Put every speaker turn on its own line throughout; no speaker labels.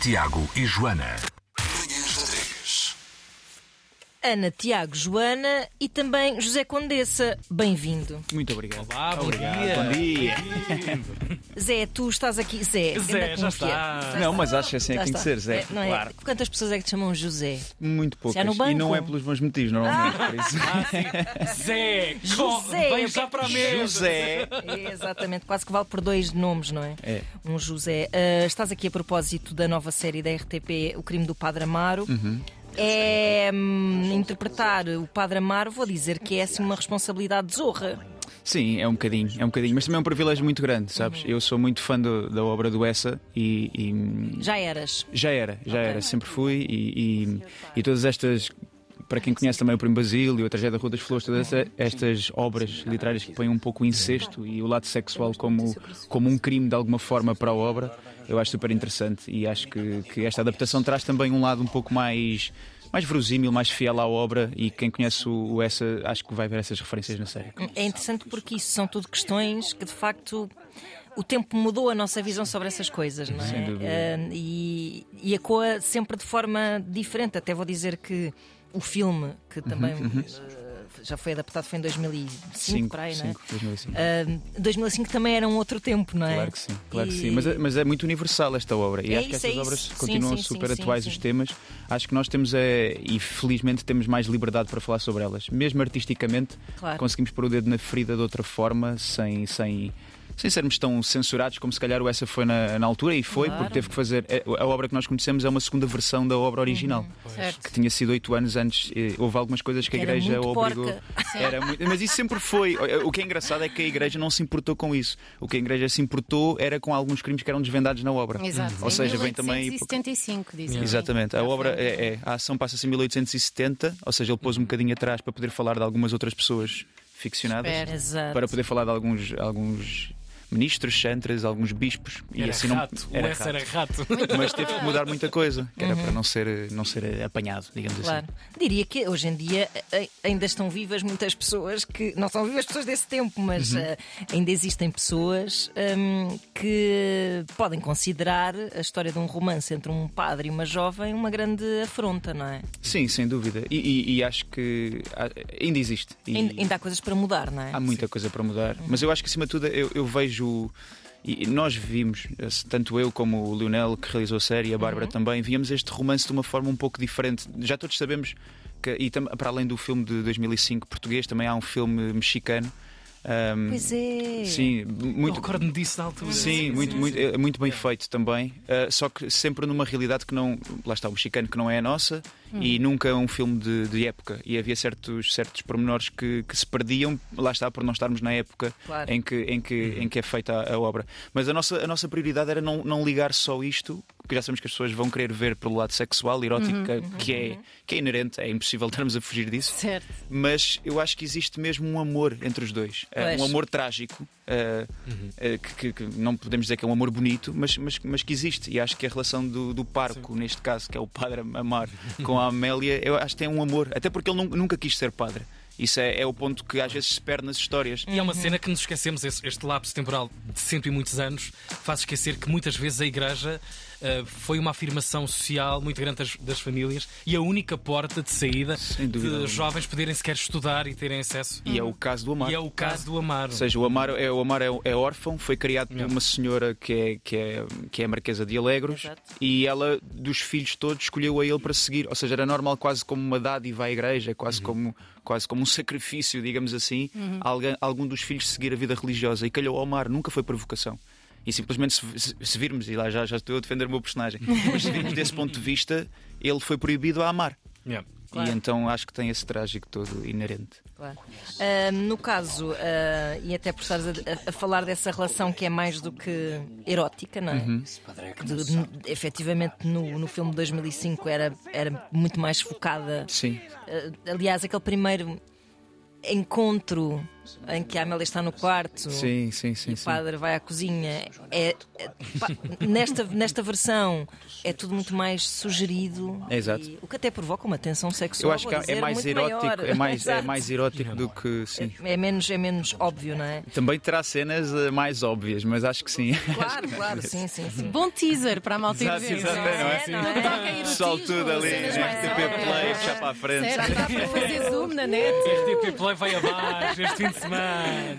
Tiago e Joana.
Manhãs da 3.
Ana, Tiago, Joana e também José Condessa. Bem-vindo.
Muito obrigado.
Olá, bom dia.
Zé, tu estás aqui. Zé,
Zé,
grande
já
confiante.
está.
Não, mas acho que assim é que tem que ser, Zé.
É, não é?
Claro.
Quantas pessoas é que te chamam José?
Muito poucas.
no banco.
E não é pelos meus motivos, normalmente. Por isso.
Zé,
José,
vem
o que é
já
que-
para a mesa.
José.
É, exatamente, quase que vale por dois nomes, não é?
É.
Um José. Ah, estás aqui a propósito da nova série da RTP, O Crime do Padre Amaro.
Uhum.
É hum, interpretar o Padre Amaro, vou dizer que é assim uma responsabilidade de zorra.
Sim, é um bocadinho, é um bocadinho. Mas também é um privilégio muito grande, sabes? Eu sou muito fã do- da obra do Essa e- e
Já eras.
Já era, já era, sempre fui e, e, e todas estas. Para quem conhece também o Primo Basílio, a Tragédia da Rua das Flores, todas esta- estas obras literárias que põem um pouco o incesto e o lado sexual como, como um crime de alguma forma para a obra, eu acho super interessante e acho que, que esta adaptação traz também um lado um pouco mais, mais verosímil, mais fiel à obra e quem conhece o, o essa acho que vai ver essas referências na série.
É interessante porque isso são tudo questões que de facto o tempo mudou a nossa visão sobre essas coisas, não é?
Sem dúvida.
Ah, e, e acoa sempre de forma diferente. Até vou dizer que o filme, que
Uhum,
também ah, já foi adaptado, foi em 2005, para aí, não é?
cinco, 2005.
Ah, 2005 também era um outro tempo, não é?
Claro que sim, claro que
E-
sim. Mas, é- mas é muito universal esta obra e
É
acho que
isso, é
estas
isso.
obras
Sim,
continuam
sim, sim,
super
sim,
atuais
sim.
os temas. Acho que nós temos é, e felizmente temos mais liberdade para falar sobre elas. Mesmo artisticamente,
Claro.
conseguimos pôr o dedo na ferida de outra forma, sem, sem, sem sermos tão censurados como se calhar o essa foi na, na altura e foi,
Claro.
porque teve que fazer. é, A, obra que nós conhecemos é uma segunda versão da obra original.
Uhum.
Que tinha sido oito anos antes, eh, houve algumas coisas que a
Era
igreja
muito
obrigou.
porca.
Era muito- mas isso sempre foi. O que é engraçado é que a igreja não se importou com isso. O que a igreja se importou era com alguns crimes que eram desvendados na obra.
Uhum.
Exato.
Ou seja, vem também.
1875, dizem.
Exatamente. A obra é, é- a ação passa-se em 1870, ou seja, ele pôs um
Uhum.
bocadinho atrás para poder falar de algumas outras pessoas ficcionadas,
Espera.
Exato.
para poder falar de alguns alguns ministros, chantres, alguns bispos e
Era
assim
rato,
não
o S era rato.
Mas teve que mudar muita coisa, que era para não ser não ser apanhado, digamos
Uhum. Claro.
assim.
Diria que hoje em dia eh, ainda estão vivas muitas pessoas que. Não são vivas pessoas desse tempo, mas
Uhum.
eh, ainda existem pessoas hum, que podem considerar a história de um romance entre um padre e uma jovem uma grande afronta, não é?
Sim, sem dúvida. E, e- e acho que ah, ainda existe. E-
Ainda, ainda há coisas para mudar, não é?
Há muita coisa para mudar, mas eu acho que acima de tudo eu, eu vejo. E nós vimos, eh, tanto eu como o Lionel, que realizou a série, e a
Uhum.
Bárbara também, víamos este romance de uma forma um pouco diferente. Já todos sabemos que, e tam- para além do filme de 2005 português, também há um filme mexicano. ahm,
Pois é.
Sim,
Eu
muito.
recordo-me disso na altura.
Sim, muito, muito, é muito bem feito também. Uh, só que sempre numa realidade que não. Lá está, o mexicano que não é a nossa e nunca um filme de, de época. E havia certos, certos pormenores que, que se perdiam, lá está, por não estarmos na época
Claro.
em, que, em, que, em que é feita a, a obra. Mas a nossa, a nossa prioridade era não, não ligar só isto, porque já sabemos que as pessoas vão querer ver pelo lado sexual, erótico, que, é, que é inerente, é impossível estarmos a fugir disso
Certo.
mas eu acho que existe mesmo um amor entre os dois. Eh,
Pois.
Um amor trágico, eh,
Uhum.
eh, que, que- que não podemos dizer que é um amor bonito, mas, mas, mas que existe. E acho que a relação do, do parco, neste caso, que é o padre Amar, com a Amélia, eu acho que tem um amor. Até porque ele nun- nunca quis ser padre. Isso é, é o ponto que às vezes se perde nas histórias.
E é uma cena que nos esquecemos, esse- este lapso temporal de cento e muitos anos faz esquecer que muitas vezes a Igreja ah, foi uma afirmação social muito grande das, das famílias e a única porta de saída
Sem dúvida
de
alguma.
jovens poderem sequer estudar e terem acesso.
E é o caso do Amar.
E é o caso do Amaro.
Ou seja, o Amar é, o Amar é, é órfão, foi criado por uma senhora que é, que é, que é a Marquesa de Alegros e ela, dos filhos todos, escolheu a ele para seguir. Ou seja, era normal, quase como uma dádiva à igreja, quase, como, quase como um sacrifício, digamos assim, alguém, algum dos filhos seguir a vida religiosa. E calhou ao Amar, nunca foi provocação. E simplesmente, se, se- se virmos, e lá já, já estou a defender o meu personagem, mas se virmos desse ponto de vista, ele foi proibido a amar.
Yeah.
Claro.
E então acho que tem esse trágico todo inerente.
Claro. Ah, no caso, ah, e até por estares a, a- a falar dessa relação que é mais do que erótica, não é?
Uhum.
Que de- de- efetivamente no, no filme de 2005 era, era muito mais focada.
Sim.
Ah, aliás, aquele primeiro encontro em que a Amélia está no quarto
Sim, sim, sim.
e o
sim.
padre vai à cozinha. É, é- pá, nesta, nesta versão é tudo muito mais sugerido.
É exato.
e- o que até provoca uma tensão
Eu
sexual.
acho que
vou
é
dizer,
mais
muito
erótico,
maior.
é mais, é
Exato.
mais erótico do que. Sim.
É menos, é menos óbvio, não é?
Também terá cenas eh, mais óbvias, mas acho que sim.
Claro, claro, sim, sim, sim.
Bom teaser para a malta ir
Exato,
ver.
exato, é, não é?
No que toca a erotismo,
Pessoal, tudo ali,
cenas mais
RTP
sérias.
Play, já para a frente.
Sério, dá para fazer zoom na net.
RTP Play vai abaixo este fim de semana.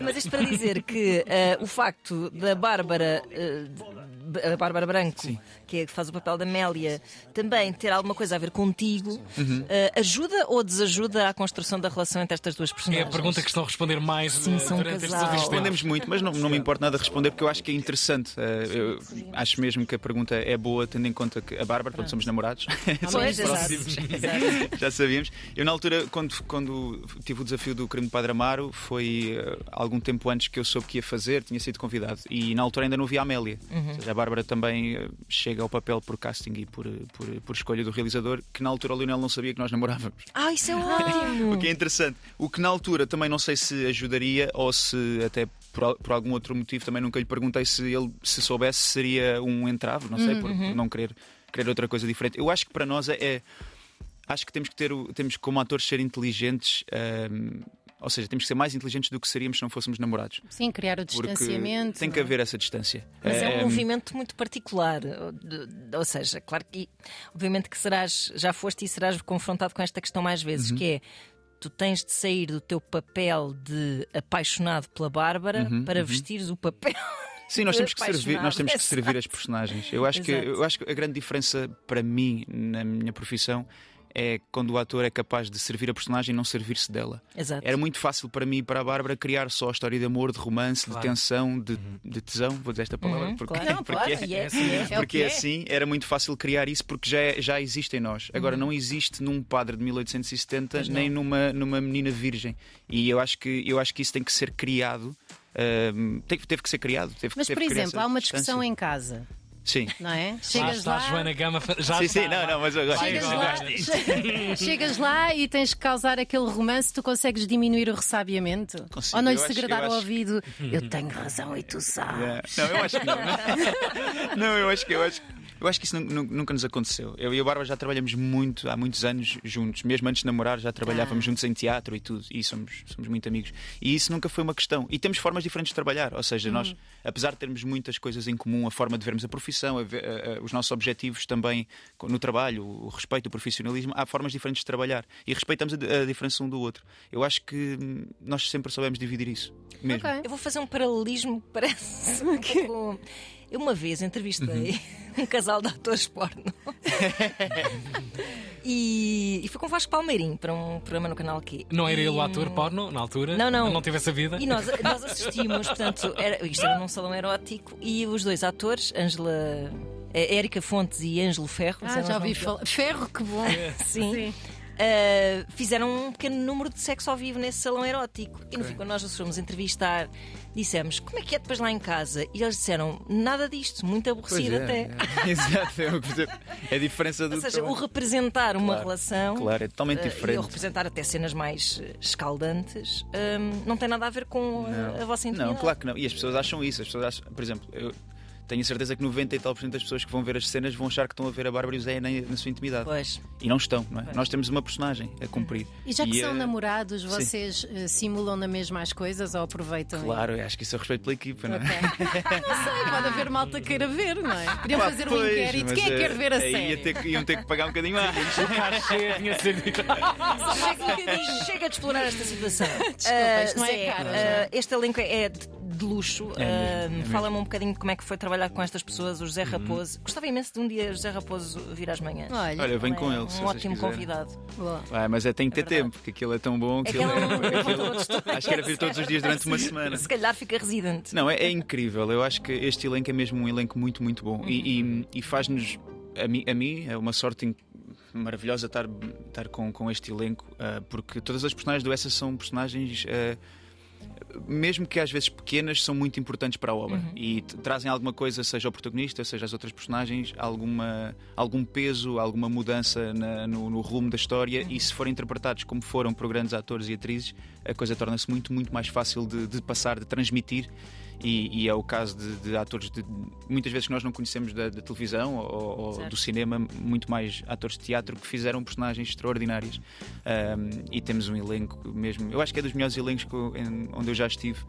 Mas isto para dizer que eh, o facto da Bárbara. eh, de- a Bárbara Branco, que é que faz o papel da Amélia, também ter alguma coisa a ver contigo,
Uhum.
eh, ajuda ou desajuda à construção da relação entre estas duas
É a
personagens?
pergunta que estão a responder mais
Sim,
eh,
são um
durante estes
casal.
últimos tempos.
Respondemos muito, mas não, não me importa nada responder porque eu acho que é interessante. Eh, eu acho mesmo que a pergunta é boa, tendo em conta que a Bárbara, pronto, somos namorados.
Pois, exato.
Já sabíamos. Eu, na altura, quando, quando tive o desafio do crime de Padre Amaro, foi eh, algum tempo antes que eu soube que ia fazer, tinha sido convidado. E na altura ainda não vi a Amélia. Ou seja, a Bárbara também eh, chega ao papel por casting e por, eh, por, por escolha do realizador, que na altura o Lionel não sabia que nós namorávamos.
Ah, isso é ótimo!
O que é interessante. O que na altura também não sei se ajudaria ou se até por, al- por algum outro motivo também nunca lhe perguntei se ele se soubesse seria um entrave, não sei, por, por não querer, querer outra coisa diferente. Eu acho que para nós é. é- acho que temos que ter o- temos que, como atores ser inteligentes. hum, ou seja, temos que ser mais inteligentes do que seríamos se não fôssemos namorados.
Sim, criar o
Porque
distanciamento. é?
tem que haver essa distância.
Mas é um
Hum,
movimento muito particular. de- de- Ou seja, claro que, obviamente, que serás, já foste e serás confrontado com esta questão mais vezes, que é. Tu tens de sair do teu papel de apaixonado pela Bárbara para vestires o papel.
Sim, nós temos que
apaixonado.
servir, nós temos que
Exato.
servir as personagens. Eu acho que
Exato.
eu acho que a grande diferença para mim na minha profissão é quando o ator é capaz de servir a personagem e não servir-se dela.
Exato.
Era muito fácil para mim e para a Bárbara criar só a história de amor, de romance,
Claro.
de tensão, de, de tesão, vou dizer esta palavra
Uhum,
porque,
claro.
Não,
porque
pode,
é-
e é,
Sim.
e é, é o
porque
que
é assim, era muito fácil criar isso porque já, é- já existe em nós.
Uhum.
Agora, não existe num padre de 1870 nem numa, numa menina virgem. E eu acho que, eu acho que isso tem que ser criado. ahm, tem- teve que ser criado. Teve,
Mas,
teve
por
que criar
exemplo,
essa
há uma
distância.
discussão em casa,
Sim.
não é?
Lá
Chegas
está a
lá.
Joana Gama. Já
sim,
está,
sim, não, não, mas eu gosto.
Vai,
Chegas
vai,
lá,
vai.
che- chegas lá e tens que causar aquele romance, tu consegues diminuir o ressabiamento?
Consigo,
Ou não lhe
eu acho-
segredar
eu
ao
acho-
ouvido? Eu tenho razão e tu sabes.
Yeah. É. Não, eu acho que não. não, eu acho que eu acho que- Eu acho que isso nu- nu- nunca nos aconteceu. Eu e a Bárbara já trabalhamos muito, há muitos anos juntos. Mesmo antes de namorar, já trabalhávamos juntos em teatro e tudo. E somos, somos muito amigos. E isso nunca foi uma questão. E temos formas diferentes de trabalhar. Ou seja, nós, apesar de termos muitas coisas em comum, a forma de vermos a profissão, a ve- a- a- os nossos objetivos também co- no trabalho, o respeito, o profissionalismo, há formas diferentes de trabalhar. E respeitamos a, di- a diferença um do outro. Eu acho que hum, nós sempre soubemos dividir isso. Mesmo.
Ok.
Eu vou fazer um paralelismo, parece. Um pouco... Eu uma vez entrevistei um casal de atores porno. e, e fui com o Vasco Palmeirim para um programa no canal Q.
Não era
E-
ele o ator porno na altura?
Não, não.
Não teve essa vida?
E nós, nós assistimos, portanto, era, isto era num salão erótico e os dois atores, Ângela. eh, Érica Fontes e Ângelo Ferro,
é
Ah, já ouvi falar. Ferro, que bom.
é Sim. Uh, fizeram um pequeno número de sexo ao vivo nesse salão erótico. E no fim, quando nós os fomos entrevistar, dissemos como é que é depois lá em casa? E eles disseram nada disto, muito
Pois
aborrecido
é,
até.
é. Exato, é, o que eu- é a diferença do.
Ou seja, o
trabalho.
representar uma relação.
Claro, é
eh,
totalmente
uh, E o
diferente.
representar até cenas mais uh, escaldantes um, não tem nada a ver
eh,
com uh, a vossa intimidade.
Não, claro que não. E as pessoas acham isso. As pessoas acham, por exemplo, eu tenho a certeza que 90 e tal por cento das pessoas que vão ver as cenas vão achar que estão a ver a Bárbara e o Zé na, na sua intimidade.
Pois.
E não estão, não é? Nós temos uma personagem a cumprir.
E já que são
eh,
namorados, vocês eh, simulam na mesma as coisas ou aproveitam?
Claro, eu acho que isso é respeito pela equipa, não é?
Sei, pode haver malta que queira ver, não é? Podiam
Pá,
fazer um
pois,
inquérito.
mas,
Quem é que
eh,
quer ver a
aí ia
série?
ter que- iam ter que pagar um bocadinho mais.
Cachê tinha sido
Só mais um bocadinho.
Chega de explorar esta situação.
Desculpa, isto não é
Zé,
cara,
ah,
não
este elenco é de, de luxo.
É
Ah, Fala-me um bocadinho de como é que foi trabalhar com estas pessoas, o José
Uhum.
Raposo. Gostava imenso de um dia o José Raposo vir às manhãs.
Olha,
Olha, vem
Ele é
com ele,
um
se vocês
ótimo
quiserem.
convidado.
boa.
Vai, mas é, tem que ter tempo, porque aquilo é tão bom.
É que
aquilo
ele é um
aquilo-
convidado de história.
Acho que era vir todos os dias durante uma semana.
Se calhar fica residente.
Não, é, é incrível. Eu acho que este elenco é mesmo um elenco muito, muito bom. E, e- e faz-nos, a, mim- a mim, é uma sorte in- maravilhosa estar, estar com, com este elenco, ah, porque todas as personagens do Essa são personagens. ah, mesmo que às vezes pequenas, são muito importantes para a obra e t- trazem alguma coisa, seja o protagonista, seja as outras personagens, alguma, algum peso, alguma mudança na- no, no rumo da história. E se forem interpretados como foram por grandes atores e atrizes, a coisa torna-se muito, muito mais fácil de, de passar, de transmitir. E, e é o caso de, de atores de, muitas vezes que nós não conhecemos da, da televisão ou, ou
Certo.
do cinema, muito mais atores de teatro que fizeram personagens extraordinárias. Um, e temos um elenco mesmo, eu acho que é dos melhores elencos que eu- em- onde eu já estive,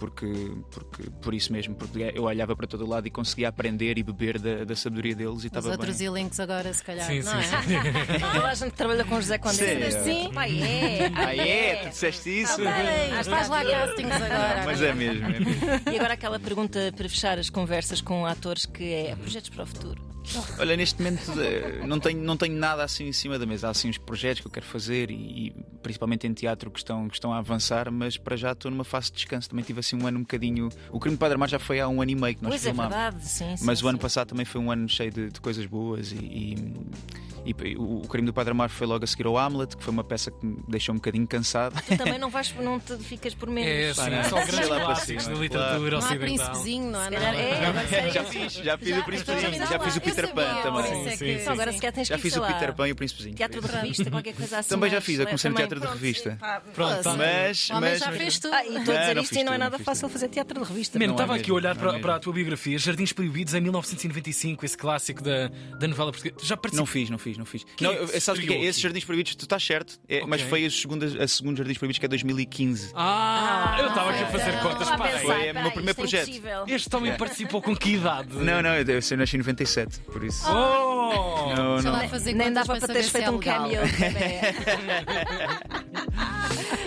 porque, porque por isso mesmo, porque é, eu olhava para todo lado e conseguia aprender e beber da, da sabedoria deles e
Os
estava
outros
bem.
elencos agora, se calhar.
Sim,
não
sim,
é?
sim.
Toda a gente que trabalha com o José Condé.
Sim.
Sim.
Pai, é.
Ah, é? Tu disseste isso?
Ah, Parem, faz lá castings agora.
Mas é mesmo, é mesmo.
E agora aquela pergunta para fechar as conversas com atores que
Uhum.
é projetos para o futuro.
Olha, neste momento eh, não tenho, não tenho nada assim em cima da mesa. Há assim uns projetos que eu quero fazer e, e principalmente em teatro que estão, que estão a avançar, mas para já estou numa fase de descanso. Também tive assim um ano um bocadinho. O Crime do Padre Amar já foi há um ano e meio que nós
pois
filmámos.
é verdade, sim, sim,
mas o ano
sim.
passado também foi um ano cheio de, de coisas boas e, e- e o, o Crime do Padre Amar foi logo a seguir ao Hamlet, que foi uma peça que me deixou um bocadinho cansado.
Tu também não vais, não te ficas por menos.
É,
Pá, não.
sim, são
Sei
grandes
lá para
clássicos
cima,
da literatura
Não há
ocidental.
príncipezinho, não há
Se calhar
nada.
é, vai ser
já
isso.
fiz, já fiz
Já-
o Príncipezinho, já fiz o
Eu
Peter Pan
sabia,
também.
por isso é
Sim,
que-
sim,
Então, agora se calhar tens
Já
que ir,
fiz
sei
o Peter
lá,
Pan e o Príncipezinho.
Teatro de revista, qualquer coisa assim.
Também já
mais
fiz, eu comecei no
leve
teatro de
também.
revista.
Pronto, sim, pá,
Pronto, tá.
Mas,
O homem
mas,
já fez tudo.
Ah, e estou a
Não,
dizer
não
isto
fiz
e não é
tudo, não
nada
fiz
fácil fazer teatro de revista.
Mano,
Não
estava
é
aqui a
mesmo,
olhar
não é
para,
mesmo.
para a tua biografia, Jardins Proibidos, em 1995, esse clássico da, da novela portuguesa. Já
Não
participou.
fiz, não fiz, não fiz.
Quem
não,
é que
eu-
se
sabes o que é?
estreou
Esses
aqui?
jardins proibidos, tu estás certo, é,
Ok.
mas foi a segunda, a segunda Jardins Proibidos que é 2015.
Ah, eu estava aqui a fazer
não,
contas.
não,
Para
pensar,
aí.
Foi o meu
pá,
primeiro
isto é
projeto.
impossível.
Este homem participou com que idade?
Não, não, eu, eu nasci em 97, por isso.
Ah, Oh!
Não,
Deixa
não.
lá fazer
Nem dava
contas
para
para
teres
saber
feito
se é
um
legal.
cameo.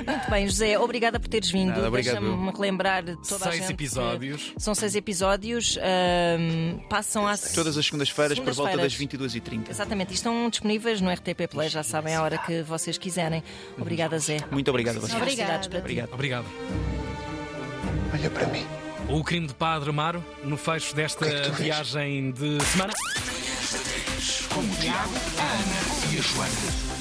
Muito bem, José, obrigada por teres vindo.
Nada, obrigado,
Deixa-me lembrar de toda a
Seis
gente. que
episódios.
São seis episódios. ahm, passam a.
Todas as segundas-feiras, por volta das
Segundas-feiras.
22h30.
Exatamente, e estão disponíveis no RTP Play, já sabem, a hora que vocês quiserem. Obrigada, Zé.
Muito obrigado a vocês.
Felicidades para ti.
Obrigado.
Obrigado.
Olha para mim.
O crime de Padre Amaro, no fecho desta
é
que tu vês?
viagem de semana.
Com o Tiago, a Ana e a Joana.